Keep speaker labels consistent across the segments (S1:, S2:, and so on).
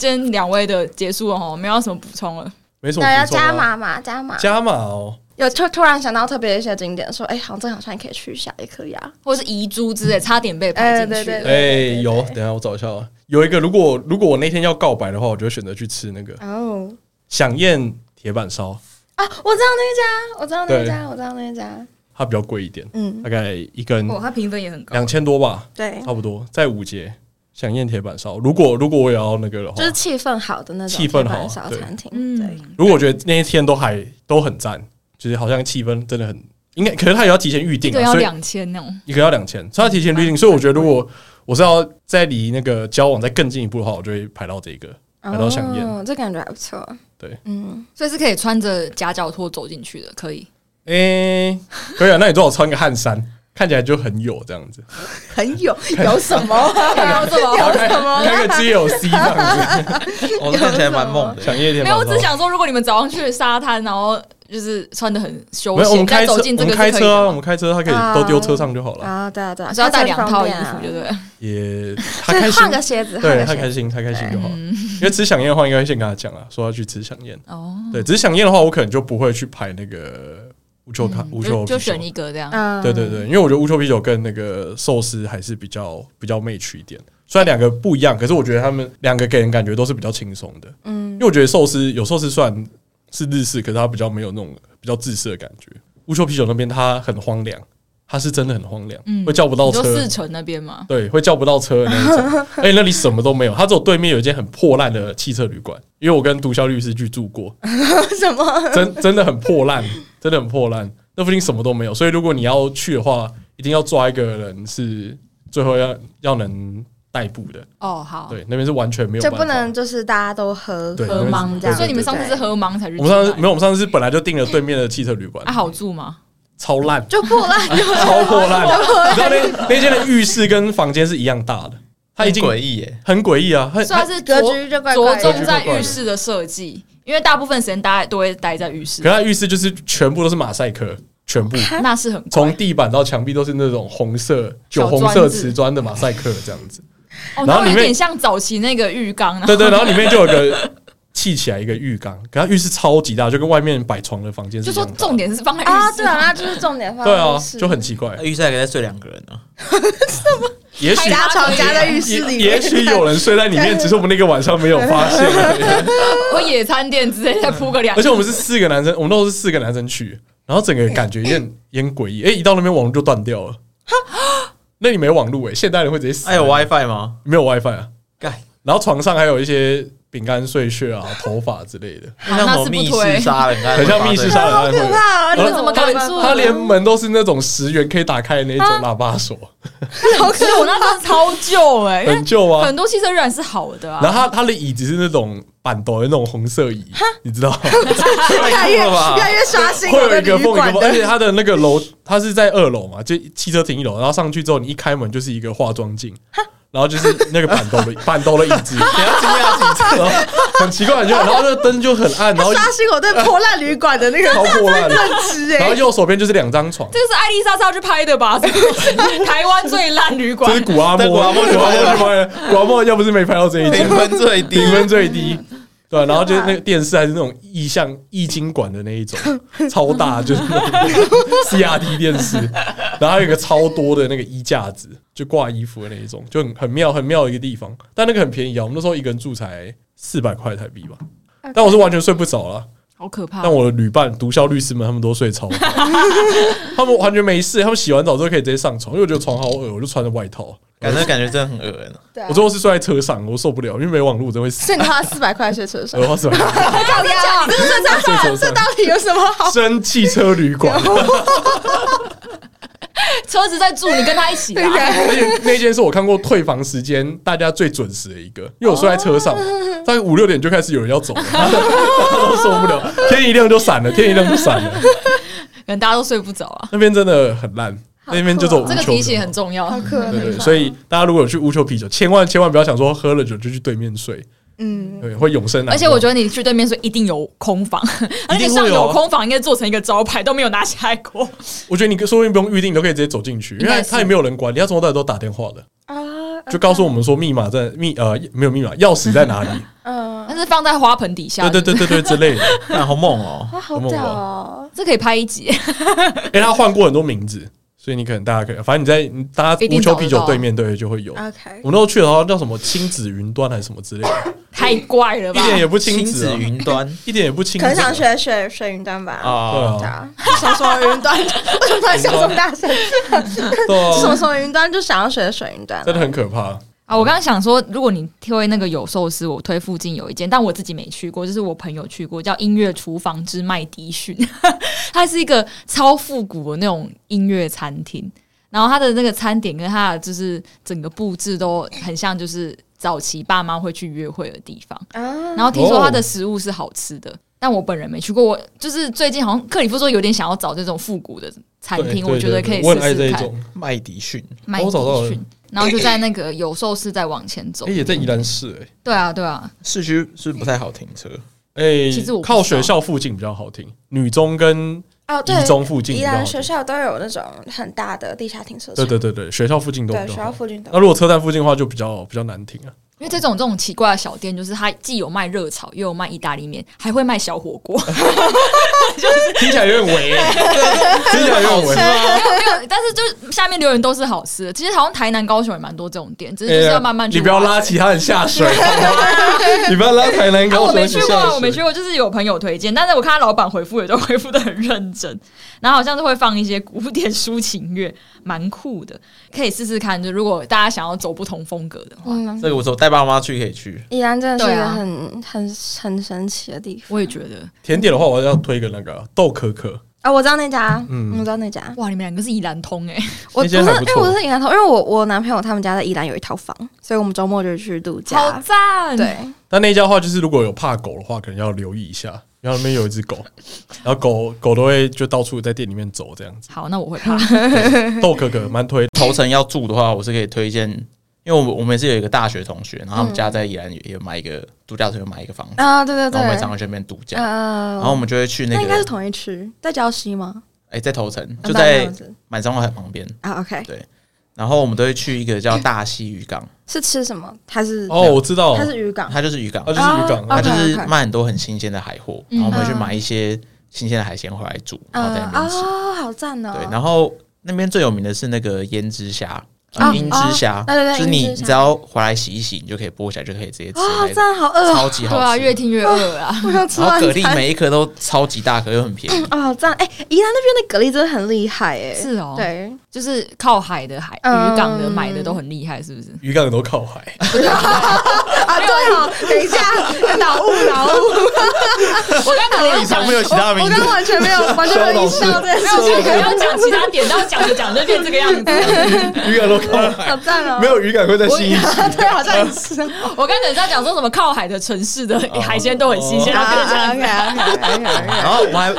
S1: 今天两位的结束了哈，没有什么补充了。
S2: 没什么
S3: 对，要
S2: 补充啊
S3: 加码嘛，加码。
S2: 加码哦，
S3: 有突突然想到特别一些景点，说，哎、好像这个好像也可以去一下，也可以啊。
S1: 或者是遗珠之类，差点被排进去。
S3: 哎对对
S2: 哎、有，等一下我找一下啊。有一个，如果如果我那天要告白的话，我就会选择去吃那个
S3: 哦，
S2: 响宴铁板烧，
S3: 啊，我知道那一家，我知道那一家，我知道那一家。
S2: 它比较贵一点，
S3: 嗯，
S2: 大概一根
S1: 哦，他评分也很高。
S2: 两千多吧，
S3: 对，
S2: 差不多，在五节响宴铁板烧。如果如果我也要那个的话
S3: 就是，气氛好的那种
S2: 气氛好
S3: 铁板烧餐厅。对，
S1: 嗯，
S2: 如果我觉得那一天都还都很赞，就是好像气氛真的很应该，可是他也要提前预
S1: 一
S2: 定
S1: 个
S2: 啊，
S1: 要
S2: 所以
S1: 两千那种。
S2: 一个要两千，所以他提前预
S3: 嗯
S2: 定，所以我觉得如果我是要再离那个交往再更进一步的话，我就会排到这个。买到香烟
S3: 哦，这感觉还不错。
S2: 对，
S3: 嗯，
S1: 所以是可以穿着夹脚拖走进去的，可 以。
S2: 诶、可以啊，那你最好穿个汗衫，看起来就很有这 样子，
S3: 很 有有什么？
S1: 要这啊么
S2: 开开个 G L C 这 样子，
S4: 我哦看起来蛮猛的。
S2: 想夜店
S1: 没
S2: 吧
S1: 有，我只想说，如果你们早上去沙滩，然后就是穿的很休
S2: 没有，我
S1: 闲，
S2: 们
S1: 再
S2: 开车，
S1: 走进这
S2: 我
S1: 个是可
S2: 们开
S1: 以的
S2: 车啊，我
S1: 吗
S2: 们开车，他可以都丢车上就好了，
S3: 啊，对啊，对啊，
S1: 只要带两套衣
S3: 开车
S1: 服，
S3: 方
S1: 对
S3: 便
S1: 不
S3: 啊
S1: 对？
S2: 也他
S3: 就
S2: 开
S3: 是
S2: 心
S3: 换，个鞋子，换
S2: 对
S3: 个
S2: 他
S3: 鞋
S2: 开
S3: 子。
S2: 心，他开心就好。
S1: 嗯，
S2: 因为吃响宴的话，应该会先跟他讲啊，说要去吃响宴。
S1: 哦，
S2: 对，只是响宴的话，我可能就不会去排那个无球卡、无
S1: 就
S2: 球啤
S1: 嗯就
S2: 酒。
S1: 选一个这样。
S3: 嗯，
S2: 对对对，因为我觉得乌秋啤酒跟那个寿司还是比较比较 match 一点，虽然两个不一样，可是我觉得他们两个给人感觉都是比较轻松的。
S3: 嗯
S2: 因为我觉得寿司有寿司虽然是日式，可是它比较没有那种比较自式的感觉。乌秋啤酒那边它很荒凉，它是真的很荒凉，
S1: 嗯
S2: 会叫不到
S1: 你说
S2: 车，
S1: 四城那边嘛，
S2: 对，会叫不到车的那一 种。而且那里什么都没有，它只有对面有一间很破烂的汽车旅馆，因为我跟毒枭律师去住过，
S3: 什么？
S2: 真真的很破烂，真的很破烂。那附近什么都没有，所以如果你要去的话，一定要抓一个人是最后要要能代步的。
S1: 哦，好，
S2: 对，那边是完全没有
S3: 就
S2: 办法。
S3: 不能就是大家都喝
S2: 对
S3: 喝
S2: 那
S3: 忙
S2: 边是
S3: 这样。
S1: 所以你们上次是
S3: 对
S1: 喝盲才去
S2: 我
S1: 住
S2: 们
S1: 的？
S2: 上次没有，我们上次本来就订了对面的汽车旅馆
S1: 啊，，好住吗？
S2: 超烂，
S3: 就破 烂，
S2: 超破烂。你知道那那间的浴室跟房间是一样大的，它已经
S4: 很诡异耶，
S2: 很诡异啊，它
S1: 虽然 是
S3: 格
S1: 着
S3: 局就怪
S1: 着
S3: 怪
S1: 重
S3: 的。
S1: 在浴室的设计，因为大部分时间大家都会待在浴室
S2: 可，它浴室就是全部都是马赛克，全部
S1: 那是 很
S2: 从地板到墙壁都是那种红色、酒红
S1: 小
S2: 色
S1: 砖子
S2: 瓷砖的马赛克这样 子。
S1: 哦，
S2: 然后
S1: 那有
S2: 里面
S1: 点像早期那个浴缸，然啊后
S2: 对对，然后里面就有个砌起来一个浴缸，可它浴室超级大，就跟外面摆床的房间是
S1: 就
S2: 一
S1: 说
S2: 样大的
S1: 重点是放在浴室
S3: 啊，对啊，那就是重点放在
S2: 对啊
S3: 浴，室
S2: 就很奇怪。
S4: 预赛可以再睡两个人呢。
S2: 也许
S3: 加床加在浴室里
S2: 也也许有人睡在里面，只是我们那个晚上没有发 现而已。
S1: 或野餐垫之类再铺个两
S2: 而，且我们是四个男生，我们那时候是四个男生去，然后整个感觉也很也很诡异。哎，一到那边网络就断掉了， 那里没网络哎，现代人会直接死。
S4: 还有 WiFi 吗？
S2: 没有 WiFi 啊？
S4: 盖，
S2: 然后床上还有一些饼干碎屑啊、 头发之类的，
S1: 啊
S4: 很像什么密室杀人 案，
S2: 很像密室杀人案会
S3: 可
S2: 有。
S3: 怕啊！
S1: 你们怎么敢做？
S2: 他连门都是那种十元可以打开的那种喇叭锁，
S1: 好 可我那真的超旧哎，因为
S2: 很旧啊
S1: 很。多汽车仍然是好的啊。
S2: 然后他他的椅子是那种板凳的那种红色椅，你知道吗，
S3: 越来越
S4: 太酷了吧
S3: 越来越刷新
S2: 会
S3: 我
S2: 有
S3: 的
S2: 一个
S3: 旅
S2: 缝一个
S3: 馆
S2: 缝，而且
S3: 的。
S2: 他的那个楼，他是在二楼嘛，就汽车停一楼，然后上去之后你一开门就是一个化妆镜，然后就是那个板凳的 板凳的椅子，
S4: 你要惊讶几次？
S2: 然后很奇怪，就然后那个灯就很暗，然后
S3: 刷新我对破烂旅馆的那个
S2: 超破烂的，
S3: 认知
S2: 然后
S3: 哎，
S2: 右手边就是两张床，
S1: 这个是艾丽莎莎去拍的 吧？这个是台湾最烂旅
S2: 这
S1: 馆
S2: 是，古阿莫，
S4: 在古阿莫
S2: 古阿莫就拍了，古阿莫要不是没拍到这一集
S4: 评，分最低，
S2: 评分最低。对，啊然后就是那个电视还是那种意象易经馆的那一种， 超大，就是那种 CRT 电视，然后还有一个超多的那个衣架子，就挂衣服的那一种，就很很妙很妙的一个地方。但那个很便宜啊，我们那时候一个人住才四百块台币吧。但我是完全睡不着了，
S1: 好可怕
S2: 但我的旅伴、毒枭律师们他们都睡超好，他们完全没事，他们洗完澡之后可以直接上床，因为我觉得床好恶，我就穿着外套。
S4: 感觉感觉真的很恶心。
S3: 对啊
S2: 我最后是睡在车上，我受不了，因为没网络我真会死
S3: 所。以你花四百块睡车上
S2: 我，要死了。
S1: 哎
S3: 到底啊这这这
S2: 睡车
S3: 这
S2: 上
S3: 到底有什么好？
S2: 真汽车旅馆，
S1: 车子在住，你跟他一起 啊。
S2: 而且那间是我看过退房时间大家最准时的一个，因为我睡在车上，
S1: 哦
S2: 大概五六点就开始有人要走了，大家都受不了，天一亮就闪了，天一亮就闪了，
S1: 可能大家都睡不着啊。
S2: 那边真的很烂，那边就是我无
S1: 这个
S2: 球
S1: 提
S2: 的
S1: 醒很重要。
S3: 可
S2: 对对，所以大家如果有去乌丘啤酒，千万千万不要想说喝了酒就去对面睡，
S3: 嗯，
S2: 对，会永生难忘。
S1: 而且我觉得你去对面睡一定有空房，而且上有啊空房应该做成一个招牌，都没有拿下来过。
S2: 我觉得你说不定不用预定，你都可以直接走进去，因
S1: 应该
S2: 为
S1: 是
S2: 他也没有人管，你要从头到尾都打电话的。
S3: 啊，
S2: 就告诉我们说密码在密呃没有密码，钥匙在 哪里？
S3: 嗯，
S1: 但是放在花盆底下，
S2: 对对对对对之类的。
S4: 啊，好猛哦！
S3: 哇，好屌哦！
S1: 这可以拍一集，
S2: 哎，他换过很多名字，所以你可能大家可以，反正你在你大家
S1: 一定
S2: 无
S1: 找
S2: 球
S1: 得
S2: 啤酒
S1: 到啊
S2: 对面对就会有。
S3: OK，
S2: 我那时候去的话叫什么亲子云端还是什么之类的，
S1: 太怪了吧
S2: 一？点也不亲
S4: 亲
S2: 子啊
S4: 子，云端
S2: 一点也不亲
S3: 可
S2: 子啊。
S3: 能想学学学云端吧。
S4: 啊，
S3: 对
S2: 对
S3: 啊，想说云端，为什么突然笑这么大声？什么
S2: 对啊，
S3: 什么云端就想要学水云端
S2: 真的很可怕。
S1: 啊，我刚刚想说，如果你推那个有寿司，我推附近有一间，但我自己没去过，就是我朋友去过，叫音乐厨房之麦迪逊， 它是一个超复古的那种音乐餐厅，然后它的那个餐点跟它的就是整个布置都很像，就是早期爸妈会去约会的地方。
S3: 啊！
S1: 然后听说它的
S2: 哦
S1: 食物是好吃的，但我本人没去过。我就是最近好像克里夫说有点想要找这种复古的餐
S2: 对
S1: 厅，
S2: 对
S1: 我觉得
S2: 对
S1: 可以
S2: 对我很爱
S1: 试
S2: 这
S1: 试
S2: 一
S1: 看
S2: 种。
S4: 麦迪逊
S1: 麦
S2: 我找到
S1: 迪
S2: 了
S1: 逊，然后就在那个有寿司再往前走
S2: 哎，。也在宜兰市哎。
S1: 对啊，对啊，
S4: 市区是不是不太好停车，
S2: 哎、
S1: 其实我不
S2: 靠
S1: 知道
S2: 学校附近比较好听，女中跟
S3: 哦，对
S2: 一，中附近比
S3: 宜
S2: 较好
S3: 兰
S2: 听
S3: 学。校都有那种很大的地下停车场，
S2: 对对对对，学校附近都
S3: 对，
S2: 比
S3: 学
S2: 较
S3: 校
S2: 好。
S3: 附近都
S2: 那如果车站附近的话，就比较比较难听啊。
S1: 因为这种这种奇怪的小店，就是它既有卖热炒，又有卖意大利面，还会卖小火锅。
S2: 听起来 有点违，听起来有点违。
S1: 没有，但是就是下面留言都是好吃的。其实好像台南、高雄也蛮多这种店，只是就是要慢慢去、
S2: 哎你不要拉其。他人下 水， 好吗你不要拉台南
S1: 啊，
S2: 高
S1: 我
S2: 雄
S1: 没
S2: 一起
S1: 去
S2: 下
S1: 过
S2: 水。
S1: 啊，我没去过，就是有朋友推荐，但是我看他老板回复也都 回复的很认真，然后好像是会放一些古典抒情乐，蛮酷的，可以试试看。就如果大家想要走不同风格的话，
S3: 嗯，
S4: 这个我说带爸妈去可以去。
S3: 宜兰真的是一
S1: 对
S3: 个
S1: 啊
S3: 很很很神奇的地方
S1: 我也觉得
S2: 甜点的话，我要推一个那个豆可可，
S3: 啊！我知道那家，
S2: 嗯
S3: 嗯，我知道那家，
S1: 哇，你们两个是宜兰通哎、
S3: 我
S2: 那
S3: 不是
S2: 间
S3: 因
S2: 还不
S3: 为
S2: 错
S3: 我是宜兰头，因为我我男朋友他们家在宜兰有一套房，所以我们周末就去度
S1: 好
S3: 假。
S1: 赞！
S3: 对，
S2: 但那一家的话，就是如果有怕狗的话，可能要留意一下，然后那边有一只狗，然后狗狗都会就到处在店里面走这 样子。
S1: 好，那我会怕。
S2: 豆可可蛮推，
S4: 头城要住的话，我是可以推荐，因为我我们是有一个大学同学，然后他们家在宜兰也也买一个度假村，有买一个房子，
S3: 啊，对对
S4: 然后我们也
S3: 对，
S4: 常常去那边度假，
S3: 呃，
S4: 然后我们就会去那
S3: 那应该是
S4: 个，
S3: 同一区，在礁溪吗？
S4: 哎，在头城，
S3: 啊
S4: 就
S3: 那那
S4: 在
S3: 样子
S4: 满山花海旁边，
S3: 啊，OK，
S4: 然后我们都会去一个叫大溪渔港，
S3: 是吃什么？还是
S2: 哦，我知道，
S3: 它是渔港？嗯
S4: 它就是渔港
S2: 它，就是渔港，
S3: 啊
S4: 它
S2: 它就
S4: 就是是
S3: OK，OK
S4: 卖很多很新鲜的海货，然后我们会去
S3: 嗯
S4: 买一些新鲜的海鲜回来煮，然后在那
S3: 啊
S4: 边吃。
S3: 哦，好赞哦！
S4: 对，然后那边最有名的是那个胭脂虾，
S3: 啊
S4: 樱之虾，
S3: 对对对
S4: 就是
S3: 樱
S4: 你
S3: 之虾
S4: 只要回来洗一洗，你就可以剥起来，就可以直接吃
S3: 啊，好
S4: 那种，
S3: 赞，好饿哦，
S4: 超级
S1: 对
S4: 好吃。
S1: 啊，越听越饿 啊！
S3: 我要吃
S4: 然后
S3: 晚
S4: 蛤蜊
S3: 餐。
S4: 每一颗都超级大颗，又很便宜。
S3: 哦，好赞！哎，宜兰那边的蛤蜊真的很厉害哎，
S1: 是哦，，
S3: 对，
S1: 就是靠海的海、
S3: 嗯
S1: 渔港的买的都很厉害，是不是？
S2: 渔港都靠海，
S3: 啊，对哦，等一下，
S1: 脑雾脑雾， 我刚可能要讲，没有
S4: 其他
S3: 我刚完全没有，完全没有意识到这件事
S1: 我
S3: 情，
S1: 要讲其他点，然后讲着讲着变这个 样子。
S2: 渔港都靠 海，
S3: 好赞哦！
S2: 没有渔港会在
S1: 啊我
S2: 新义区。
S3: 对，好像也是。
S1: 我刚才在讲说什么靠海的城市的海鲜都很新鲜，然后变成这样子。
S3: OK，OK，OK，OK，OK，OK
S4: 然后我还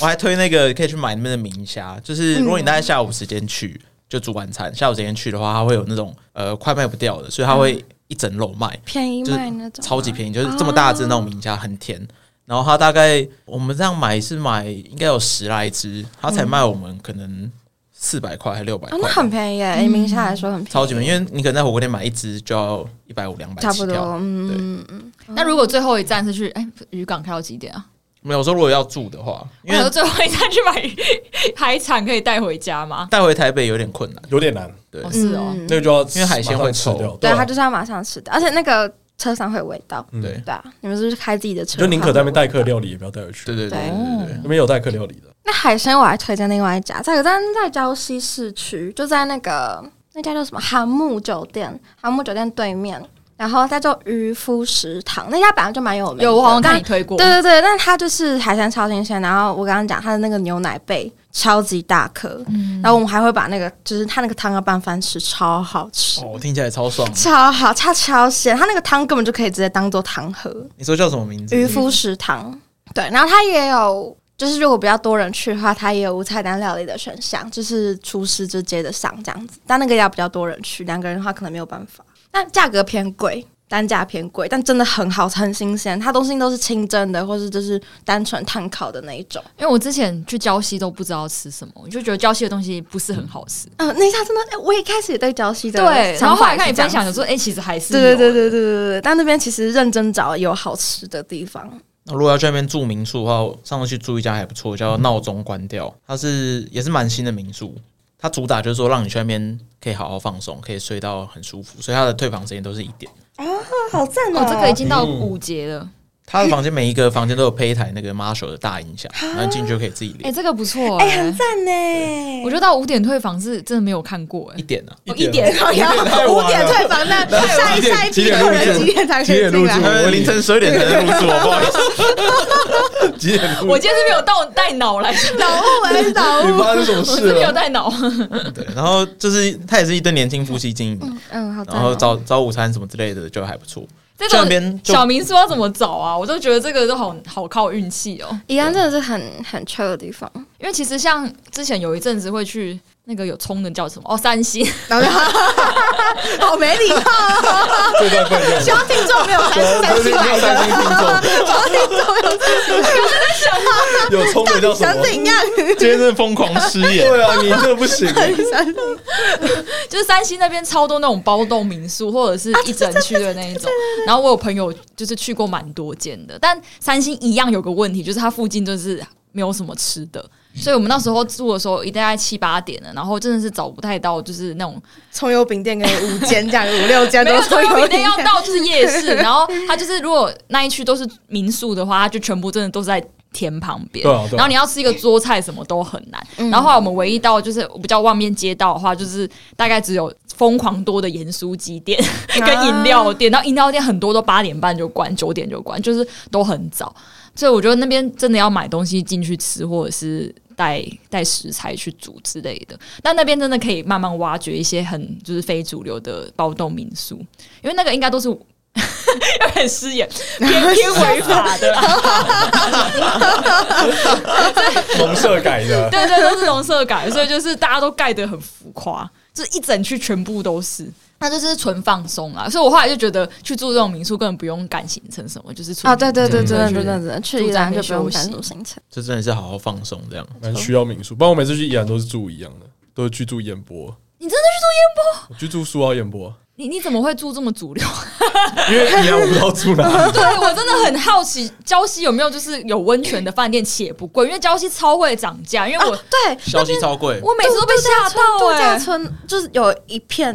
S4: 我还推那个可以去买那边的明虾，就是
S3: 嗯
S4: 如果你大概下午时间去，就煮晚餐，下午时间去的话，它会有那种呃快卖不掉的，所以它
S3: 嗯
S4: 会一整篓卖。
S3: 便宜
S4: 就是
S3: 卖那种，
S4: 超级便宜，
S3: 啊
S4: 就是这么大只那种名家很甜。然后它大概我们这样买是买应该有十来只，它才卖我们可能四百块还六百
S3: 哦
S4: 块，，
S3: 嗯那很便宜耶，移民下来说很便宜，
S4: 超级便宜。因为你可能在火锅店买一只就要一百五两百，
S3: 差不多，
S4: 跳。
S3: 嗯，嗯
S1: 那如果最后一站是去哎渔港开到几点啊？
S4: 没有说如果要住的话，因
S3: 啊
S1: 我说
S4: 为
S1: 最后一站去买海产可以带回家吗？
S4: 带回台北有点困难。
S2: 有点难，
S4: 对
S1: 哦，
S3: 嗯
S1: 是哦，
S3: 嗯
S2: 那个就要
S4: 因为海鲜会
S2: 马上吃
S4: 臭
S2: 掉，
S3: 对，
S2: 啊
S3: 他就是要马上吃的，而且那个车上会有味道，
S2: 嗯
S4: 对
S3: 对啊，你们是不是开自己的车？
S2: 就宁可在那边代客。料理，也不要带回去。
S4: 对对对对
S3: 哦
S4: 对对
S2: 那边有代客料理的，
S3: 那海鲜我还推荐另外一家，在但在礁溪市区，就在那个那家叫什么韩木酒店，韩木酒店对面，然后它叫渔夫食堂，那家本来就蛮有名的，
S1: 有我好像看
S3: 但
S1: 你推过，
S3: 对对对，但它就是海鲜超新鲜，然后我刚刚讲它的那个牛奶贝超级大颗，
S1: 嗯
S3: 然后我们还会把那个就是它那个汤要拌饭吃，超好吃，
S4: 哦，听起来超爽。
S3: 超好，它超鲜，它那个汤根本就可以直接当做汤喝。
S4: 你说叫什么名字？
S3: 渔夫食堂，嗯对，然后它也有，就是如果比较多人去的话，它也有无菜单料理的选项，就是厨师就接着上这样子，但那个要比较多人去，两个人的话可能没有办法，但价格偏贵。单价偏贵，但真的很好吃，很新鲜。它东西都是清蒸的，或是就是单纯炭烤的那一种。
S1: 因为我之前去礁溪都不知道吃什么，我就觉得礁溪的东西不是很好吃。
S3: 嗯、那一家真的，哎我一开始也对礁溪的
S1: 对，然
S3: 想
S1: 后后
S3: 法
S1: 来
S3: 也是这样子，
S1: 看你分享，有说哎、其实还是
S3: 对对对
S1: 有
S3: 对对对对，但那边其实认真找有好吃的地方，
S4: 那如果要去那边住民宿的话，我上次去住一家还不错，叫闹钟关掉，它是也是蛮新的民宿。它主打就是说让你去那边可以好好放松，可以睡到很舒服，所以它的退房时间都是一点。
S3: 好赞
S1: 哦，这个已经到五节了，
S4: 它的房间每一个房间都有配一台那个 Marshall 的大音响，然后进去就可以自己
S1: 哎、
S4: 连
S1: 这个不错、哎、
S3: 赞呢。
S1: 我觉得到五点退房是真的没有看过、哎
S4: 一点啊。
S1: 哦一点
S3: 好呀
S2: 点太晚，了
S3: 五点退房， 那下一
S2: 几点
S3: 下一
S2: 几
S3: 批
S2: 点
S3: 客人
S2: 入住
S3: 几点才可
S2: 几
S3: 以
S2: 点入
S3: 进
S2: 住
S3: 来？
S4: 呃，凌晨十二点才 能入住，不好意思。
S2: 几点录？
S1: 我今天是没有到带脑来，
S3: 脑雾哎，脑
S4: 啊
S3: 雾
S2: 你发生什么
S1: 我
S2: 事
S1: 是没有
S2: 了？
S1: 带脑。
S4: 对，然后就是他也是一对年轻夫妻经营，
S3: 嗯，好赞哦。
S4: 然后早早午餐什么之类的就还不错。
S1: 这
S4: 这边
S1: 种
S4: 就
S1: 小民宿要怎么找啊？我都觉得这个都好好靠运气哦。
S3: 宜安真的是很很 chill 的地方，
S1: 因为其实像之前有一阵子会去那个有冲的叫什么哦，三星，
S3: 然后 就好没礼貌哦，
S2: 这段不能用。
S3: 希望听众没有三十三
S2: 这是
S3: 星
S2: 听
S3: 来
S2: 众三
S3: 的，
S2: 星听
S3: 希望听众没有
S2: 众有聪明叫什
S3: 想
S2: 么？
S3: 怎样？
S4: 今天真的疯狂失 业，
S2: 对啊，你这不行。
S3: 想
S1: 就是三星那边超多那种包栋民宿，或者是一整区的那一种。然后我有朋友就是去过蛮多间的，但三星一样有个问题，就是它附近就是没有什么吃的。所以我们那时候住的时候，一大概七八点了，然后真的是找不太到，就是那种
S3: 葱油饼店跟五间这样，五六间
S1: 没
S3: 都
S1: 有
S3: 是
S1: 葱油饼店要
S3: 店
S1: 到就是夜市，然后它就是如果那一区都是民宿的话，它就全部真的都是在田旁边，
S2: 对啊对啊
S1: 然后你要吃一个桌菜什么都很难。然后后来我们唯一到就是比较外面街道的话，就是大概只有疯狂多的盐酥鸡店 跟饮料店，然后饮料店很多都八点半就关，九点就关，就是都很早。所以我觉得那边真的要买东西进去吃，或者是带带食材去煮之类的。但那边真的可以慢慢挖掘一些很就是非主流的包栋民宿，因为那个应该都是 有点失言，偏偏违法的啦，
S2: 农舍改的，
S1: 对对，都是农舍 改，所以就是大家都盖得很浮夸，就是一整区全部都是。那就是纯放松啊，所以我后来就觉得去住这种民宿根本不用赶行程什么，就是
S3: 啊，对对对，真的
S1: 对
S3: 真的真的，去宜兰就不用
S1: 住在那边休息
S3: 担心行程。
S4: 这真的是好好放松这样。
S2: 蛮需要民宿。不然我每次去宜兰都是住一样的，都是去住燕波。
S1: 你真的去住
S2: 我去住苏澳燕波，
S1: 你你怎么会住这么主流？
S2: 因为宜兰我不知道住哪 里。
S1: 对我真的很好奇，礁溪有没有就是有温泉的饭店且不贵？因为礁溪超会涨价，因为我、
S3: 对，
S4: 消息超贵，
S1: 我每次都被吓到
S3: 度
S1: 哎、
S3: 假村就是有一片，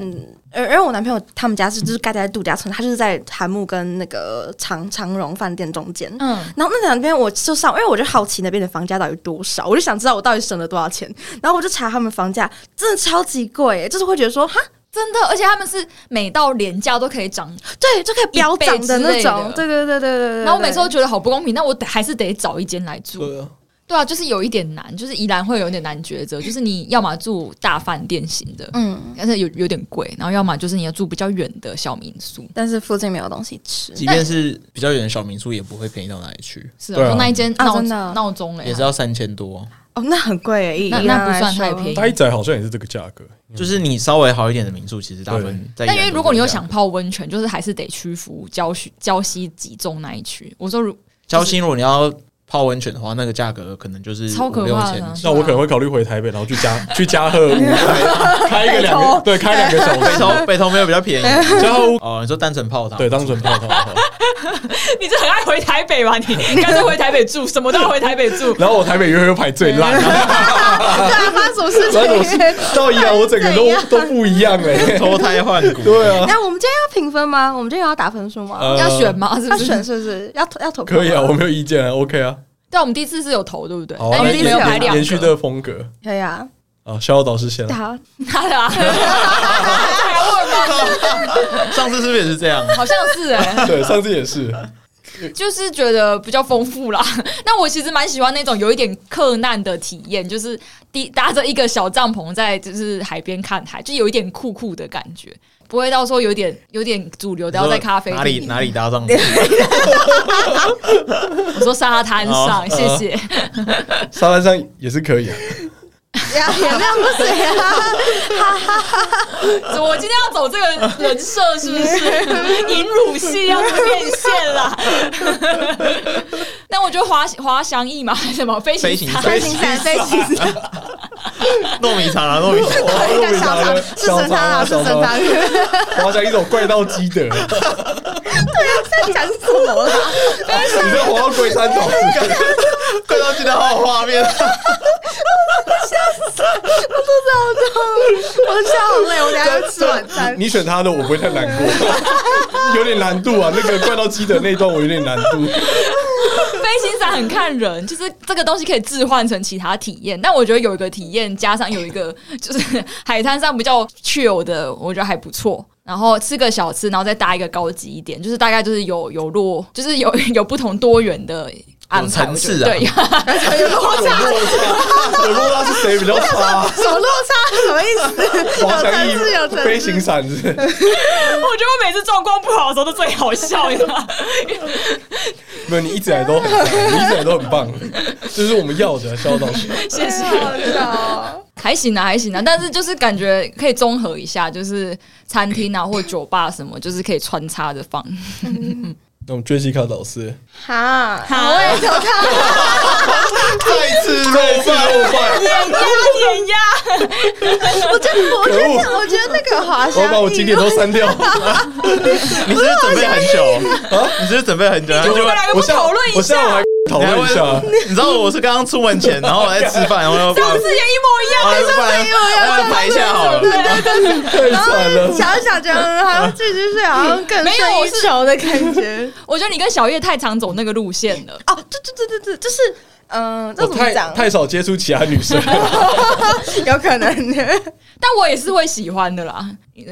S3: 呃，因为我男朋友他们家是就是盖在度假村，他就是在韩木跟那个长长荣饭店中间。
S1: 嗯，
S3: 然后那两边我就上，因为我就好奇那边的房价到底多少，我就想知道我到底省了多少钱。然后我就查他们房价，真的超级贵、就是会觉得说哈，
S1: 真的，而且他们是每到廉价都可以涨，
S3: 对，就可以飙涨那
S1: 一倍之类的
S3: 种。对对对对对对对。
S1: 然后我每次都觉得好不公平，那我得还是得找一间来住。
S2: 对啊，
S1: 对啊，就是有一点难，就是宜兰会有点难抉 择，就是你要么住大饭店型的，
S3: 嗯，
S1: 但是有有点贵，然后要么就是你要住比较远的小民宿，
S3: 但是附近没有东西吃。
S4: 即便是比较远的小民宿，也不会便宜到哪里去，
S1: 是
S2: 对啊
S1: 啊，那一间
S3: 啊
S1: 闹
S3: 真的
S1: 闹钟
S4: 也
S1: 嘞
S4: 是，要三千多。
S3: 哦，那很贵、欸，以
S1: 那
S3: 宜兰
S1: 那不
S3: 来
S1: 算太
S3: 说
S1: 便宜
S2: 呆仔好像也是这个价格，
S4: 就是你稍微好一点的民宿，其实大部分在。
S1: 但因为如果你又想，泡温泉，就是还是得屈服礁溪礁溪集中那一区。我说如
S4: 交心，如果你要泡温泉的话，那个价格可能就是
S1: 超可
S4: 五六
S1: 怕的
S4: 千
S1: 啊
S2: 那我可能会考虑回台北，然后去嘉去嘉禾屋开开一个两个，对，开两个小
S4: 北
S2: 时。
S4: 投北投没有比较便宜
S2: 嘉禾屋
S4: 哦，你说单纯泡汤，
S2: 对，当纯泡汤。
S1: 你是很爱回台北 吧？你干脆回台北住，什么都要回台北住。
S2: 然后我台北约会又排最 烂，
S3: 对啊，发生什么事
S2: 然后我是
S3: 情？
S2: 到宜兰我整个
S3: 怎
S2: 都
S3: 样
S2: 都不一样欸嘞。
S4: 脱胎换骨。
S2: 对啊，
S3: 那我们今天要评分吗？我们今天有要打分数吗？
S2: 呃
S1: 要选吗？是
S3: 要
S1: 不是
S3: 选？是不是？要投要投票
S2: 可以啊，
S3: 吗
S2: 我没有意见啊，OK 啊。
S1: 对，我们第一次是有投，对不对？
S2: 好
S1: 但
S2: 啊，
S1: 因为哎
S2: 延
S1: 没有排
S2: 延
S1: 两
S2: 延续这
S1: 个，
S2: 个风格
S3: 可以啊。
S2: 啊。逍遥导师先来，
S3: 好，
S1: 他的啊，
S4: 上次是不是也是这样？
S1: 好像是 哎、
S2: 对，上次也是，
S1: 就是觉得比较丰富啦。 那我其实蛮喜欢那种有一点克难的体验，就是搭搭着一个小帐篷在就是海边看海，就有一点酷酷的感觉，不会到说有点有点主流的要在咖啡
S4: 哪里
S1: 厅。
S4: 哪里搭上？
S1: 我说沙滩上，
S4: 哦
S1: 谢谢。
S2: 沙滩上也是可以啊。
S3: 呀，也没有不行啊。
S1: 我今天要走这个人设是不是？引乳系要去变现啦。 那我觉得滑滑翔翼嘛，还是什么飞
S4: 飞
S1: 行
S4: 行
S1: 伞？
S3: 飞行伞，飞行伞，
S4: 糯米肠啊，糯 米肠，
S3: 一个小肠，是神汤啊，是神汤。
S2: 滑翔一种怪盗基德，你
S3: 在讲什么啦？
S2: 这滑到龟山岛，
S4: 快
S1: 啊
S4: 到记得好有画面。
S3: 我都笑好累，我等一下要吃晚餐。
S2: 你选他的我不会太难过， 有点难度啊。那个怪盗基德那一段我有点难 度，
S1: 飞行伞很看人，就是这个东西可以置换成其他体验。但我觉得有一个体验加上有一个 就是海滩上比较 chill 的，我觉得还不错。然后吃个小吃，然后再搭一个高级一点，就是大概就是有有落，就是有 有不同多元的安排，
S4: 有层
S1: 我觉得
S4: 次啊
S1: 对。
S3: 有落
S2: 有落差，有落差是谁比较差啊？
S3: 什么落差？什么意思？
S2: 滑
S3: 有
S2: 翔
S3: 层次，有
S2: 翼
S3: 层
S2: 飞
S3: 次。
S2: 行伞是
S1: 我觉得我每次状况不好的时候都最好笑， 你知道
S4: 啊
S1: 吗？
S2: 没有，你一直以来都很 棒，你一直以来都很棒，这是我们要的，肖导师。
S1: 谢谢。
S3: 好笑哦。
S1: 还行啊，还行啊，但是就是感觉可以综合一下，就是餐厅啊或酒吧什么，就是可以穿插着放。
S2: 那我们 Jessica 老师，
S3: 哈，
S1: 好
S3: 我也求他。
S4: 再次肉饭，
S2: 肉饭，
S1: 碾压碾压，
S3: 我觉得，我
S2: 可
S3: 觉得，
S2: 恶
S3: 我觉得那个滑
S2: 我
S3: 翔
S2: 要
S3: 翼，
S2: 把我经典都删掉。
S4: 你是不是准备很 久啊？你是不是准备很久？然后就
S1: 我们两个
S2: 我
S1: 不
S2: 下
S1: 讨论
S2: 我
S1: 一
S2: 下午
S1: 下
S2: 还，讨论一下。
S4: 你知道我是刚刚出门前，然后我在吃饭，然后要不
S1: 上次也一模一样。哎
S4: 然要排一下好了。
S2: 太惨了，
S3: 想一想觉得好像这就是好像更
S1: 没有
S3: 胜
S1: 我
S3: 一
S1: 是
S3: 筹的感觉。
S1: 我觉得你跟小叶太常走那个路线了，
S3: 哦，对对对对对，就是嗯，这
S2: 我
S3: 怎么
S2: 太
S3: 讲？
S2: 太少接触其他女生，
S3: 有可能。
S1: 但我也是会喜欢的啦。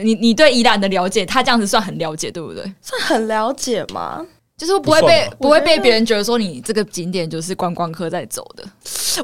S1: 你你对宜兰的了解，他这样子算很了解，对不对？
S3: 算很了解吗？
S1: 就是不会被不
S3: 不算吧
S1: 会被别人觉得说你这个景点就是观光客在走的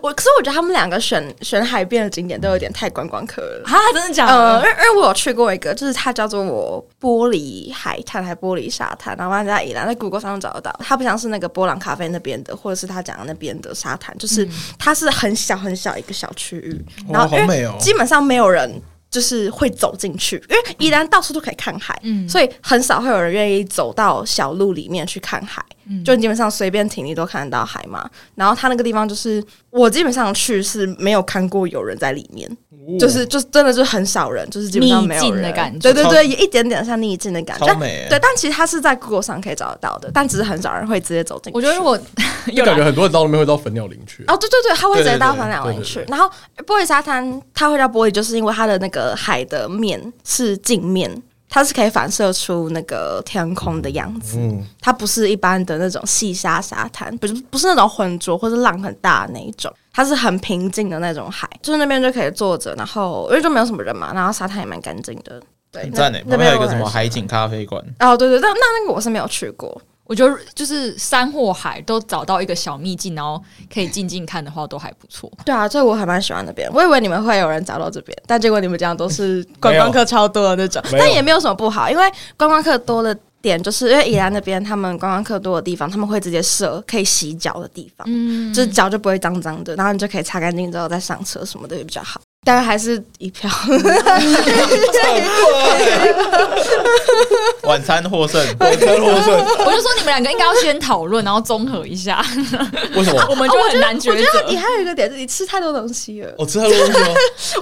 S3: 我可是我觉得他们两个选选海边的景点都有点太观光客了。
S1: 啊！真的假
S3: 呃，
S1: 的？
S3: 因为因为我有去过一个，就是它叫做我玻璃海滩还玻璃沙滩，然后它在宜兰，在 Google 上找得到。它不像是那个波浪咖啡那边的，或者是他讲的那边的沙滩，就是它是很小很小一个小区域，
S2: 哇
S3: 然后
S2: 好
S3: 因
S2: 美
S3: 为
S2: 哦
S3: 基本上没有人。就是会走进去，因为宜兰到处都可以看海，
S1: 嗯
S3: 所以很少会有人愿意走到小路里面去看海。
S1: 嗯
S3: 就你基本上随便停你都看得到海嘛。然后它那个地方就是我基本上去是没有看过有人在里面，
S4: 哦
S3: 就是就是真的就是很少人，就是基本上没
S1: 逆
S3: 有
S1: 境
S3: 人
S1: 的感觉
S3: 对对对，有一点点像逆境的感觉，
S4: 超美欸
S3: 对，但其实它是在 Google 上可以找得到的，但只是很少人会直接走进去。
S1: 我觉得如果
S2: 就
S1: 有啦
S2: 感觉很多人到那边会到粉鸟林去。
S3: 哦，对对对，它会直接到
S4: 对对对
S3: 环两湾去
S2: 对。
S3: 然后玻璃沙滩它会叫玻璃，就是因为它的那个海的面是镜面，它是可以反射出那个天空的样子。
S2: 嗯，
S3: 它不是一般的那种细沙沙滩，不是不是那种浑浊或是浪很大的那一种，它是很平静的那种海，就是那边就可以坐着，然后因为就没有什么人嘛，然后沙滩也蛮干净的，对，
S4: 很
S3: 那
S4: 赞诶，欸
S3: 那
S4: 旁边还有一个
S3: 我
S4: 什么
S3: 还是
S4: 海景咖啡馆，
S3: 哦，对对，那那那个我是没有去过，
S1: 我觉得就是山或海都找到一个小秘境，然后可以静静看的话，都还不错。
S3: 对啊，所以我还蛮喜欢那边。我以为你们会有人找到这边，但结果你们这样都 是观光客超多的那种，
S2: 没有
S3: 但也没有什么不好，因为观光客多的点就是因为宜兰那边他们观光客多的地方，他们会直接设可以洗脚的地方，
S1: 嗯，
S3: 就是脚就不会脏脏的，然后你就可以擦干净之后再上车什么的也比较好。当然还是一 票，
S4: 晚餐获胜。
S2: 我才获胜，
S1: 我就说你们两个应该要先讨论，然后综合一下，
S2: 为什么？
S1: 我们就很难抉
S3: 我觉得你
S1: 择。
S3: 还有一个点是你吃太多东西了，
S2: 我吃太多东西了，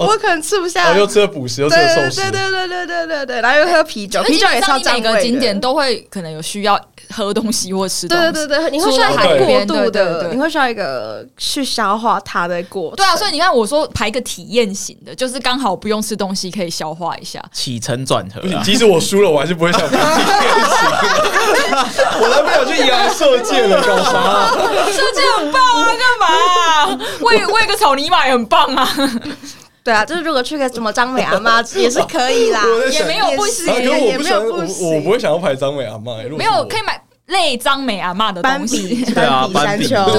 S3: 我可能吃不下。
S2: 我哦啊又吃了辅食，又吃了寿
S3: 对
S2: 司
S3: 对，对对对对对对，然后又喝啤酒，啤酒也超
S1: 基本上
S3: 占
S1: 你每
S3: 位的。
S1: 个景点都会可能有需要喝东西或吃东西。
S3: 对对对对，你会
S1: 说
S3: 需要一
S2: 到
S3: 个过
S1: 边
S3: 渡
S1: 对对
S3: 的，
S1: 对
S3: 你会需要一个去消化它的过程。
S1: 对啊，所以你看，我说排个体验型的，就是刚好不用吃东西，可以消化一 下。
S4: 起承转合
S2: 不行，
S4: 啊，
S2: 即使我输了，我还是不会想放弃。 我男朋友去宜兰射箭了，搞啥啊？
S1: 射箭很棒啊，干嘛、啊？喂喂个草泥马也很棒啊，
S3: 对啊，就是如果去个什么张美阿 妈也是可以啦，
S2: 我在想
S1: 也没有不
S2: 然后
S3: 对
S1: 行，
S2: 啊可是我
S3: 也
S2: 不
S3: 没
S2: 想，
S3: 有
S2: 我
S3: 不行
S2: 我不会想要排张伟阿妈。欸如果
S1: 没
S2: 是
S1: 有
S2: 我
S1: 可以买类张美阿嬷的
S3: 斑
S1: 东
S3: 比
S1: 西。
S4: 对啊
S3: 斑比山丘，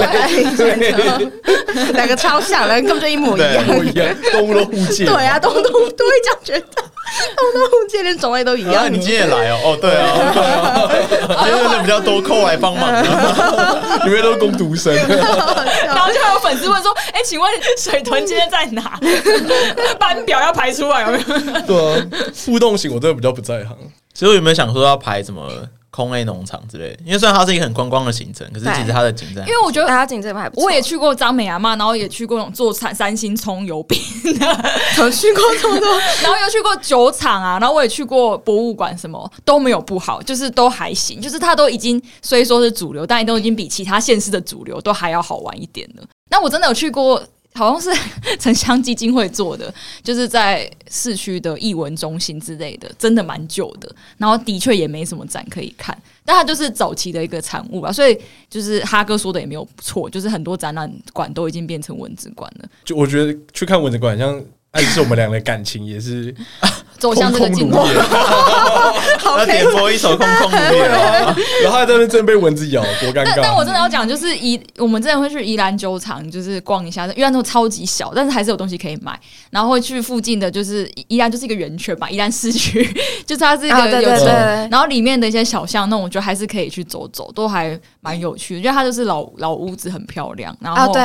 S4: 斑
S3: 对两个超像，两个根本就一模一
S4: 对
S3: 样。
S1: 啊
S2: 我一样，动物都互借。
S3: 啊对啊，，东东都会这样觉得。红姐连种类都一
S4: 啊，
S3: 样。
S4: 你今天也来哦？哦，对啊，今天人比较多，寇来帮忙啊。
S2: 里面都是攻读 生，啊
S1: 然后就有粉丝 问说：“哎、请问水豚今天在哪？ 班表要排出来有没有
S2: 对啊，互动型我真的比较不在行。
S4: 其实我有没有想说要排什么空 A 农场之类的？因为虽然它是一个很观光的行程，可是其实它的景点？”
S1: 因为我觉
S3: 大
S1: 得。
S3: 家景这边还不错，
S1: 我也去过张美阿妈，然后也去过那种做三三星葱油饼的，
S3: 曾去过这么 多，
S1: 然后又去过酒厂啊，然后我也去过博物馆，什么都没有不好，就是都还行，就是它都已经虽说是主流，但都已经比其他县市的主流都还要好玩一点了。那我真的有去过，好像是 城乡基金会做的，就是在市区的艺文中心之类的，真的蛮旧的，然后的确也没什么展可以看，但它就是早期的一个产物啊，所以就是哈哥说的也没有错，就是很多展览馆都已经变成文字馆了，
S2: 就我觉得去看蚊子馆，像暗示我们俩的感情 也是
S1: 走
S2: 空
S1: 向这个
S2: 空
S1: 尽
S2: 如
S1: 头。
S2: 也。
S4: 要点播一首《空空如也》啊，
S2: 然后他在那边真的被蚊子咬，多尴
S1: 但
S3: 啊
S1: 但我
S2: 尬！
S1: 真的要讲，就是宜我们真的会去宜兰酒厂，就是逛一下，因为那种超级小，但是还是有东西可以买。然后会去附近的，就是宜宜兰就是一个圆圈吧，宜兰市区， 就是它是一
S3: 啊
S1: 个
S3: 对对
S1: 有
S3: 对
S1: 种
S3: 对
S1: 然后里面的一些小巷弄，我觉得还是可以去走走，都还蛮有趣的。因为它就是老老屋子，很漂亮。然
S3: 啊
S1: 后、
S3: 对，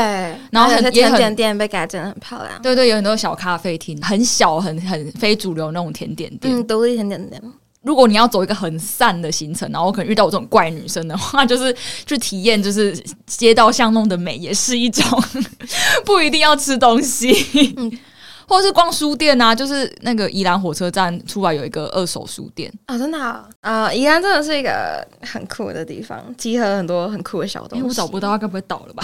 S1: 然后很
S3: 有些
S1: 也很
S3: 甜点店被改建的很漂亮，
S1: 对对有很多小咖啡厅，很小，很很非主流那种甜点店。
S3: 嗯，独立甜点店，
S1: 如果你要走一个很散的行程，然后可能遇到我这种怪女生的话，就是去体验就是街道巷弄的美也是一种， 不一定要吃东西，或者是逛书店啊，就是那个宜兰火车站出来有一个二手书店，
S3: 啊，真的啊，啊宜兰真的是一个很酷的地方，集合很多很酷的小东
S1: 哎、
S3: 西。
S1: 我找不到，它该不会倒了 吧？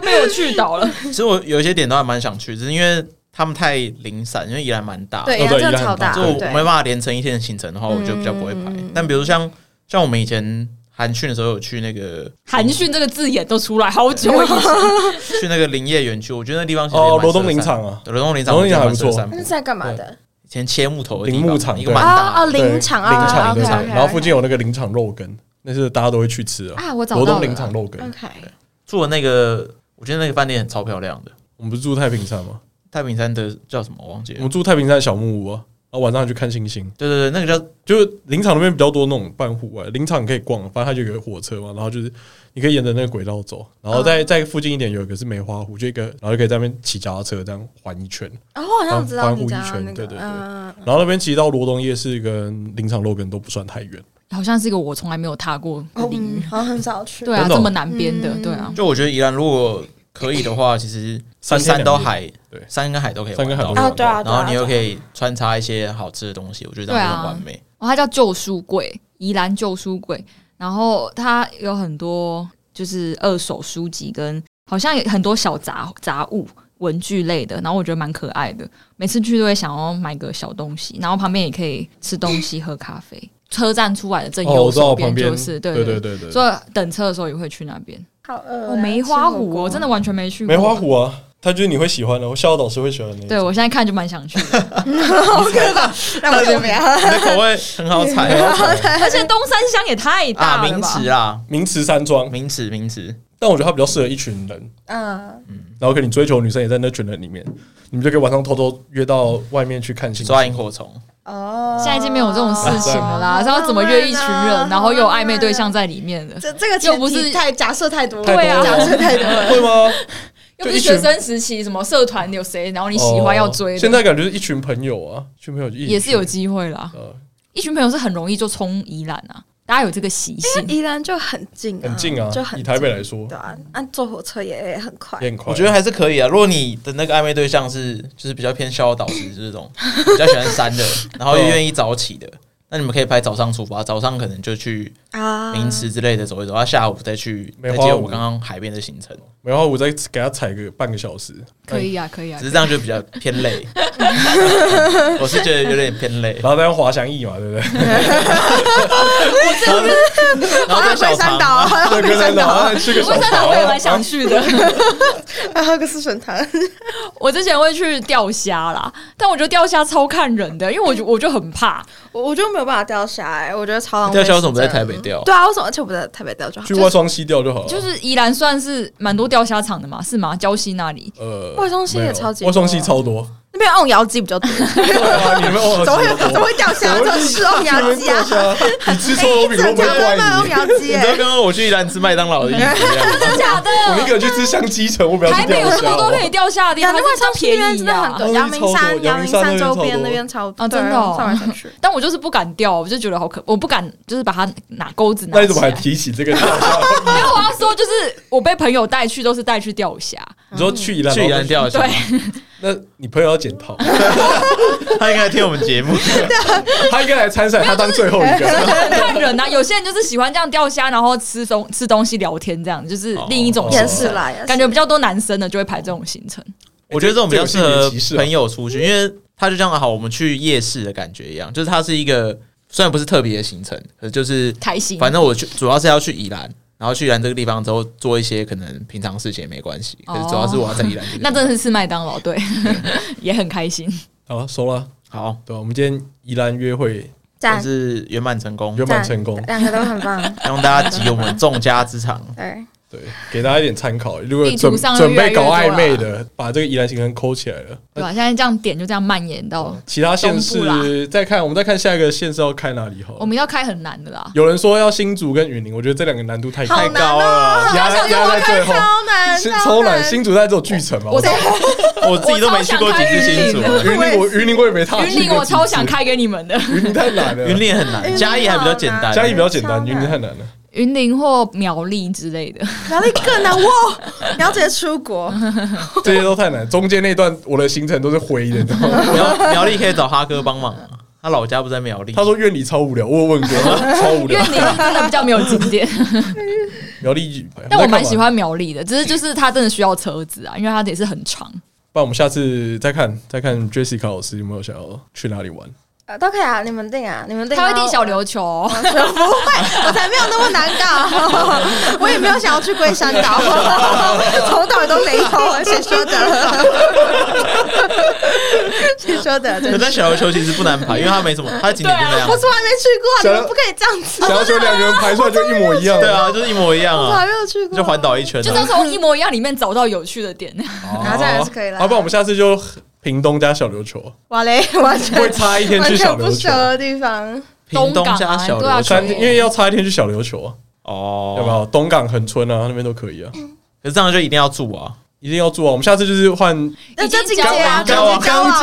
S1: 被我去倒了，
S4: 其实我有一些点都还蛮想去，只是因为他们太零散，因为宜兰蛮大，
S3: 对，
S2: 哦
S3: 宜兰
S2: 对
S3: 真
S2: 宜
S3: 的
S2: 兰
S3: 超
S2: 很大
S3: 大，
S4: 就我没
S3: 对
S4: 办法连成一天的行程的话，我就比较不会排。但比如像像我们以前寒训的时候，有去那个
S1: 寒训这个字眼都出来好久以前，
S4: 去那个林业园区，我觉得那地方其实也
S2: 哦，
S4: 蛮
S2: 罗东林
S4: 适合散
S2: 场啊，
S4: 对罗东林场，
S2: 罗东林场还不错
S4: 我觉得蛮适合散步
S3: 那是在干嘛的？
S4: 以前切木头的地
S2: 林
S4: 方，
S2: 木场
S4: 一个
S2: 对
S4: 蛮
S3: 啊
S4: 大
S3: 哦，
S4: 的。
S3: 林
S2: 对
S3: 场啊，
S2: 林场
S3: 对
S2: 林场，
S3: ，OK，OK，OK
S2: 然后附近有那个林场肉羹，那是大家都会去吃的。
S1: 啊，我找
S2: 罗
S1: 到
S2: 东林场
S1: 了。嗯
S2: 肉羹，
S3: OK，
S4: 住的那个，我觉得那个饭店超漂亮的，
S2: 我们不是住太平山吗？
S4: 太平山的叫什么我忘记
S2: 我
S4: 了
S2: 们。住太平山小木屋啊，然后晚上还去看星星。
S4: 对对对，那个叫
S2: 就是林场那边比较多那种半户外，林场可以逛，反正它就有一个火车嘛，然后就是你可以沿着那个轨道走，然后
S1: 嗯
S2: 在在附近一点有一个是梅花湖，就一个，然后就可以在那边骑脚踏车这样环一圈，
S3: 哦，我好像知道
S2: 环
S3: 你
S2: 环
S3: 家
S2: 顾一圈
S3: 那个，
S2: 对对对
S3: 嗯，
S2: 然后那边骑到罗东夜市跟林场路边都不算太远，
S1: 好像是一个我从来没有踏过的
S3: 哦
S1: 领域，
S3: 好像很少去。
S1: 对啊，
S2: 真的哦
S1: 这么南边的，对啊，
S4: 就我觉得宜兰如果可以的话，其实
S2: 三天
S4: 山
S2: 两
S4: 到
S2: 夜
S4: 海，
S2: 对
S4: 山跟海都可以
S2: 山
S4: 玩
S2: 跟海
S4: 到
S2: 都。
S3: 啊，对啊，对
S4: 然
S3: 啊
S4: 后你又可以穿插一些好吃的东西，我觉得这样就很完 美。
S1: 哦，它叫旧书柜，宜兰旧书柜。然后它有很多就是二手书籍跟好像有很多小杂杂物、文具类的，然后我觉得蛮可爱的。每次去都会想要买个小东西，然后旁边也可以吃东西、喝咖啡。车站出来的正
S2: 哦，
S1: 右
S2: 我知道
S1: 手
S2: 我旁边
S1: 就是
S2: 对
S1: 对
S2: 对
S1: 对
S2: 对对，
S1: 所以等车的时候也会去那边。
S3: 好饿
S1: 哦，
S3: 啊，
S1: 梅花湖
S3: 我
S1: 我真的完全没去过。
S2: 梅花，湖啊，它就是你会喜欢的，我校导师会喜欢的那一
S1: 对
S2: 种。
S1: 我现在看就蛮想去 的，
S3: 让我这边
S4: 你的口味很好 踩
S2: 梅
S4: 哦
S2: 花湖啊
S1: 而且东山乡也太
S4: 啊，
S1: 大了
S4: 名
S1: 吧？
S4: 词啦，
S2: 名池山庄，
S4: 名词名词，
S2: 但我觉得它比较适合一群人，
S3: 嗯，
S2: 然后可能你追求女生也在那群人里面，你们就可以晚上偷偷约到外面去看星星。
S4: 抓萤火虫，
S3: 哦，
S1: 现在已经没有这种事情了啦，
S3: 哦
S1: 然后怎么约一群
S3: 好浪漫
S1: 人，
S3: 啊
S1: 然后又有暧昧对象在里面的，
S3: 这这个前提
S1: 又不是
S3: 太假设太多了，
S2: 太多
S1: 对啊
S3: 假设太多了。
S2: 会吗？
S1: 又不是学生时期什么社团有谁，然后你
S2: 你
S1: 喜欢要追的，
S2: 哦现在感觉是一群朋友啊，一群朋友就一起
S1: 也是有
S2: 去
S1: 机会啦。
S2: 呃
S1: 一群朋友是很容易就冲宜兰啊，大家有这个习性。
S3: 宜兰就很近，
S2: 很近啊
S3: 就，很
S2: 以台北
S3: 近
S2: 来说
S3: 对啊，按坐火车也也很快。
S2: 也很快。
S4: 我觉得还是可以啊。如果你的那个暧昧对象是就是比较偏逍遥导师 这种，比较喜欢山的，然后又愿意早起的，那你们可以拍早上出发，早上可能就去
S3: 啊，
S4: 名池之类的走一走，然后下午再去
S2: 梅
S4: 再
S2: 花
S4: 接
S2: 湖
S4: 我们刚刚海边的行程，
S2: 梅花湖啊再给他踩个半个小时，
S1: 可以啊，
S2: 哎
S1: 可以啊
S4: 只，是这样就比较偏 累。 我是觉得有点偏累
S2: 哎，，然后再用滑翔翼嘛， 对不对？
S4: 然后然后在小
S3: 啊山
S4: 长
S3: 岛，啊，
S1: 哦
S2: 对，跟山岛去个小啊
S1: 龟山岛我也蛮想去的。
S3: 还喝个四神汤，
S1: 我之前会去钓虾啦，但我觉得钓虾超看人的，因为我就我就很怕，
S2: 哦
S3: 我我就没有办法钓虾，哎，我觉得超浪费。
S4: 钓虾为什么不在台北？钓？
S3: 对啊，为什么？而且我不在台北钓就好
S2: 啊去。外双溪钓就好了。
S1: 就是宜兰算是蛮多钓虾场的嘛，是吗？礁溪那里
S2: 呃，
S1: 啊
S3: 外双溪也超级 多
S2: 外双溪超多，
S3: 那那边瓮窑鸡比较多，
S2: 对啊，你们哦，
S3: 怎 么会怎么会掉虾？就吃
S1: 哦
S3: 瓮窑鸡啊！
S2: 啊！ 你吃
S3: 哎
S2: 臭油饼，
S3: 整
S2: 我不
S3: 条
S2: 会
S3: 都卖
S2: 怪
S3: 瓮
S2: 你。
S3: 窑鸡
S4: 你知道
S3: 哎，
S4: 刚刚我去宜兰吃麦当劳的意思一样。
S1: 真的假的？
S2: 我宁可去吃香鸡城，我不要
S1: 台
S2: 去
S1: 北
S2: 钓
S1: 有那
S2: 虾
S1: 么多可以
S2: 哦。
S1: 钓虾的地
S3: 呀，
S1: 方，
S3: 那
S1: 它
S3: 块
S1: 是超
S3: 东西那
S1: 便
S3: 边
S1: 宜
S3: 真的很多，
S2: 哦
S3: 啊阳明
S2: 超多
S3: 山、阳明
S2: 阳
S3: 山
S2: 明山
S3: 周
S2: 那边超
S3: 边
S2: 多
S3: 那边超
S1: 啊真的哦
S3: 对上来上去。
S1: 但我就是不敢钓，我就觉得好可，我不敢，就是把它拿钩子拿起
S2: 那
S1: 来。
S2: 你怎么还提起这个钓虾？
S1: 没有，我要说就是我被朋友带去，都是带去钓虾。
S2: 你说去宜兰，
S4: 去宜兰，钓虾，
S1: 对，
S2: 那你朋友要检讨，
S4: 他应该听我们节目。
S2: 他应该来参赛，他当最后一个。
S1: 很 看人呐、有些人就是喜欢这样钓虾，然后吃东吃东西聊天，这样就是另一种
S2: 哦
S1: 行
S3: 也
S1: 程
S3: 是啦，也是
S1: 感觉比较多男生的就会排这种行程。
S4: 我觉得这种比较适合朋
S2: 友。
S4: 友出去，因为他就像好我们去夜市的感觉一样，就是它是一个虽然不是特别的行程，可是就是
S1: 开心
S4: 反正我去主要是要去宜兰，然后去宜兰这个地方之后做一些可能平常事情也没关系，可是主要是我要在宜兰这个地
S1: 哦那
S4: 方。
S1: 真的是吃麦当劳，对， 也很开心。
S2: 好，收了。
S4: 好，
S2: 对，我们今天宜兰约会
S4: 但
S3: 赞，
S4: 是圆满成功，
S2: 圆满成功。
S3: 两个都很棒。
S4: 希望大家集我们众家之长。
S3: 对，
S2: 对，给大家一点参考。如果
S1: 地
S2: 准
S1: 图上
S2: 准
S1: 越来
S2: 备
S1: 越
S2: 搞
S1: 多
S2: 暧
S1: 了
S2: 昧的，把这个宜兰行程抠起来了。
S1: 对吧、现在这样点就这样蔓延到，
S2: 其他县
S1: 东部啦
S2: 市再看，我们再看下一个县市要开哪里好了
S1: 我。们要开很难的啦。
S2: 有人说要新竹跟云林，我觉得这两个难度太
S3: 好
S1: 哦
S2: 太
S3: 难
S2: 高
S1: 啊
S2: 了，压压在最后，
S3: 超难，
S2: 新超难。新竹大概只有巨城吧，我
S1: 在
S4: 我自己都没去过几次新
S1: 我超想看，
S4: 竹
S2: 云林我云林我也没踏进
S1: 云
S2: 过
S1: 林我
S2: 几次
S1: 超想，开给你们的，
S2: 云林太 难了，
S4: 云林很难，嘉义还比较简单，
S1: 哦
S2: 嘉义比较简单，
S3: 超难
S2: 云林太难了。
S1: 云林或苗栗之类的。
S3: 哪里更难哇？ 你要直接出国，
S2: 这些都太难。中间那段我的行程都是灰的，你知道吗？
S4: 苗 苗栗可以找哈哥帮忙啊，他老家不在苗栗。
S2: 他说院里超无聊，我有问过， 超无
S1: 因
S2: 聊
S1: 为。你真的比较没有景点，
S2: 苗栗，
S1: 但我蛮喜
S2: 欢。
S1: 欢苗栗的，只是 就是它真的需要车子啊，因为它也是很长。
S2: 不然我们下次再看，再看 Jessica 老师有没有想要去哪里玩。
S3: 呃都可以啊，你们定啊，你们定。
S1: 它会定小，琉球、哦
S3: 我不会，我才没有那么难搞， 我也没有想要去龟山岛， 从头到尾都没有，谁说 的？谁说的？真
S4: 可
S3: 是
S4: 但小琉球其实不难排，因为它没什么，它的景
S1: 对
S4: 点就
S1: 啊
S4: 那样
S3: 我。从来没去过，
S2: 小
S3: 你们不可以这样子。
S2: 想要求两个人排出来就一模一样，
S4: 对，啊，就是一模一样
S3: 我还
S4: 啊
S3: 没，有去过，
S4: 就环岛一圈
S1: 就是要
S4: 啊。
S1: 从一模一样里面找到有趣的点。
S3: 然后再啊来是可以啦
S2: 哦要不然我们下次就屏东加小琉球，
S3: 哇嘞，完全
S2: 会差一天
S3: 完
S2: 去啊小
S3: 全不
S2: 琉
S3: 熟
S2: 球，
S3: 的地方。
S4: 屏东
S1: 东港
S4: 加
S1: 啊
S4: 小
S1: 对啊
S4: 琉
S1: 可
S4: 球
S1: 以
S2: 三天，因为要差一天去小琉球啊，要不
S4: 哦，
S2: 要？东港恒春啊，那边都可以啊，
S4: 可是这样就一定要住啊，
S2: 一定要住啊。我们下次就是换
S3: 那就进阶
S1: 已
S3: 啊，
S1: 经
S3: 就
S1: 交
S3: 是
S2: 往，
S3: 交
S2: 刚
S3: 往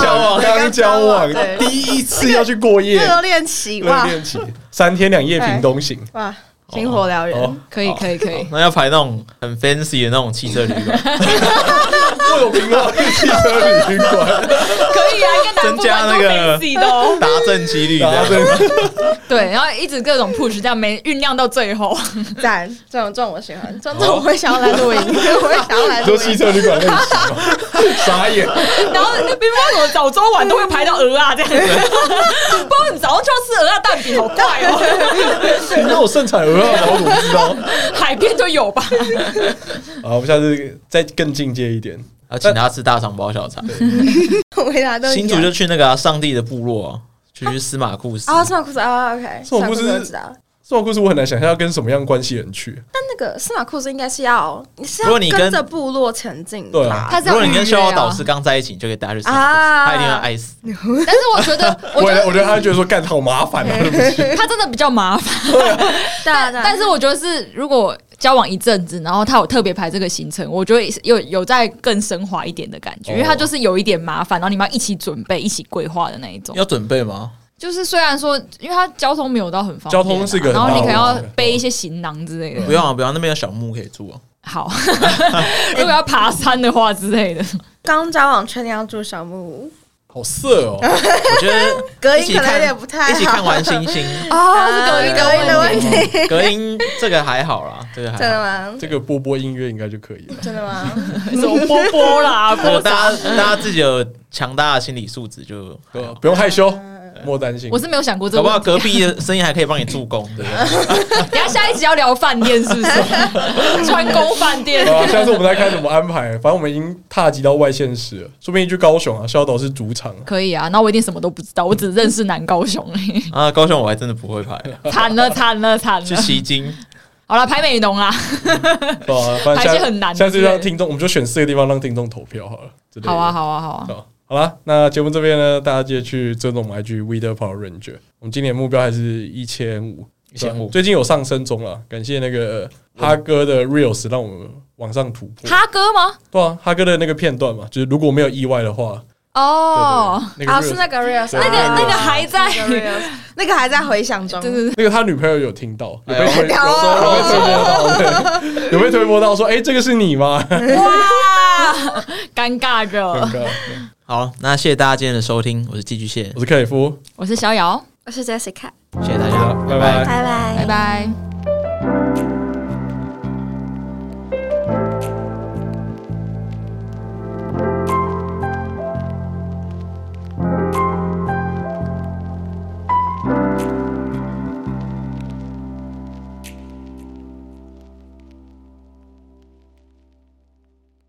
S2: 交往，
S3: 对
S2: 刚交往
S3: 对，
S2: 第一次要去过夜，
S3: 热恋期
S2: 热
S3: 哇
S2: 恋期，三天两夜屏东行，
S3: 哇，星火燎原，
S2: 哦，
S1: 可以，可以，可以。
S4: 那要排那种很 fancy 的那种汽车旅馆，
S2: 我有屏东汽车旅馆，
S1: 可以啊，应该南部
S4: 增加那
S1: 蛮多
S4: 个
S1: fancy 的 哦。
S4: 达阵几率这
S2: 然后
S4: 样。
S2: 再
S1: 对，然后一直各种 push，这样没酝酿到最后。
S3: 赞！这种这种我喜欢，这种这种我会想要来 露营，我会想要来露
S2: 说汽
S3: 营。
S2: 车旅馆类型，傻眼。
S1: 然后那冰峰怎么早中晚都会排到鹅啊这样子？ 不过你早上就要吃鹅啊蛋饼，好快哦！
S2: 你那我盛产鹅啊，我怎么知道？
S1: 海边就有吧？
S2: 好，我们下次再更进阶一点。
S4: 要请他吃大肠包小肠。
S3: 我回答都一
S4: 新竹
S3: 样
S4: 就去那个啊上帝的部落啊，去司马库斯。
S1: 哦
S3: 啊，司马库斯啊，OK，
S2: 司
S3: 司
S2: 马
S3: 马
S2: 库
S3: 库
S2: 斯
S3: 斯我知道。
S2: 这种故事我很难想象要跟什么样关系的人去。
S3: 但那个司马库斯应该是要，你是
S4: 如
S3: 要
S4: 果你跟
S3: 跟着部落前进
S2: 对
S3: 的
S2: 啊
S3: 吧？
S1: 他是要
S4: 如果你跟
S1: 预约
S4: 逍遥
S1: 啊
S4: 导师刚在一起，你就可以带他去司马库斯，
S3: 啊
S4: 他一定会爱死。
S1: 但是我觉得，我
S2: 我
S1: 觉
S2: 也
S1: 得
S2: 我觉得他会觉得说干好麻烦 啊，对不起。
S1: 他真的比较麻烦。
S3: 对啊，对啊
S1: 但是我觉得是，如果交往一阵子，然后他有特别排这个行程，我觉得有有在更升华一点的感觉，因为他就是有一点麻烦，然后你们要一起准备、一起规划的那一种。
S4: 要准备吗？
S1: 就是虽然说，因为他交通没有到很方便啊、
S2: 交通是一个很
S1: 然后你可能
S2: 大
S1: 要
S2: 的
S1: 背一些行囊之类的。
S4: 不用啊，不用啊，那边有小木可以住啊。
S1: 好， 如果要爬山的话之类的，
S3: 刚交往确定要住小木屋，
S2: 好色哦！
S4: 我觉得
S3: 隔
S4: 一起
S3: 音可能有
S4: 看
S3: 点不太
S4: 一起
S3: 好
S4: 看完星星，
S1: 哦是隔音的
S3: 哎隔音的
S1: 问
S3: 问题，
S4: 隔音这个还好啦，这个 还
S3: 真的
S4: 好。
S3: 吗？
S2: 这个波波音乐应该就可以了。
S3: 真的吗？
S1: 什么波波啦，
S4: 我
S1: 波
S4: 大家大家自己有强大的心理素质就还
S2: 对
S4: 好，
S2: 啊，不用害羞，莫担心。
S1: 呃我是没有想过这
S4: 搞
S1: 个
S4: 不好
S1: 问题。
S4: 隔壁的生意还可以帮你 助攻，对不对？
S1: 等一下下一集要聊饭店是不 是？川宫饭店
S2: 对啊，下次我们再看怎么安排。反正我们已经踏及到外县市了，说不定去高雄啊，逍岛是主场。
S1: 可以啊，那我一定什么都不知道，我只认识南高雄而已。
S4: 啊，高雄我还真的不会排，
S1: 惨了惨了惨
S4: 去
S1: 了！
S4: 旗津
S1: 好了，拍美啊农啦，
S2: 对啊，反正
S1: 还是
S2: 现在
S1: 很难
S2: 现在就让
S1: 之类的
S2: 听众，我们就选四个地方让听众投票好了。之类的
S1: 好啊，，好啊，好啊，
S2: 好，好啦，那节目这边呢，大家记得去追踪我们 IG Weather Power Ranger。我们今年目标还是一千五，啊
S4: 1500
S2: 最近有上升中了，感谢那个哈哥的 Reels 让我们往上突破。
S1: 哈哥吗？
S2: 对啊，哈哥的那个片段嘛，就是如果没有意外的话，
S1: 哦，
S2: 对对对那个
S3: 啊，
S2: Reels,
S3: 是那个 real，
S2: 对那个
S1: 那个还在
S3: 那个还在回响中。
S1: 对 对对，
S2: 那个他女朋友有听到，有
S4: 哎
S2: 被
S4: 呦
S2: 推有被推
S3: 好啊
S2: 播
S1: 哦
S2: 到，对，有被推播到说，哎，这个是你吗？
S1: 哇，尴尬
S2: 很
S1: 着，
S2: 尴尬
S4: 好，那谢谢大家今天的收听，我是寄居蟹
S2: 我，是克里夫，
S1: 我是逍遥，
S3: 我是 Jessica，
S4: 谢谢大家，
S2: 拜拜
S3: 拜
S1: 拜。
S3: 拜
S1: 拜。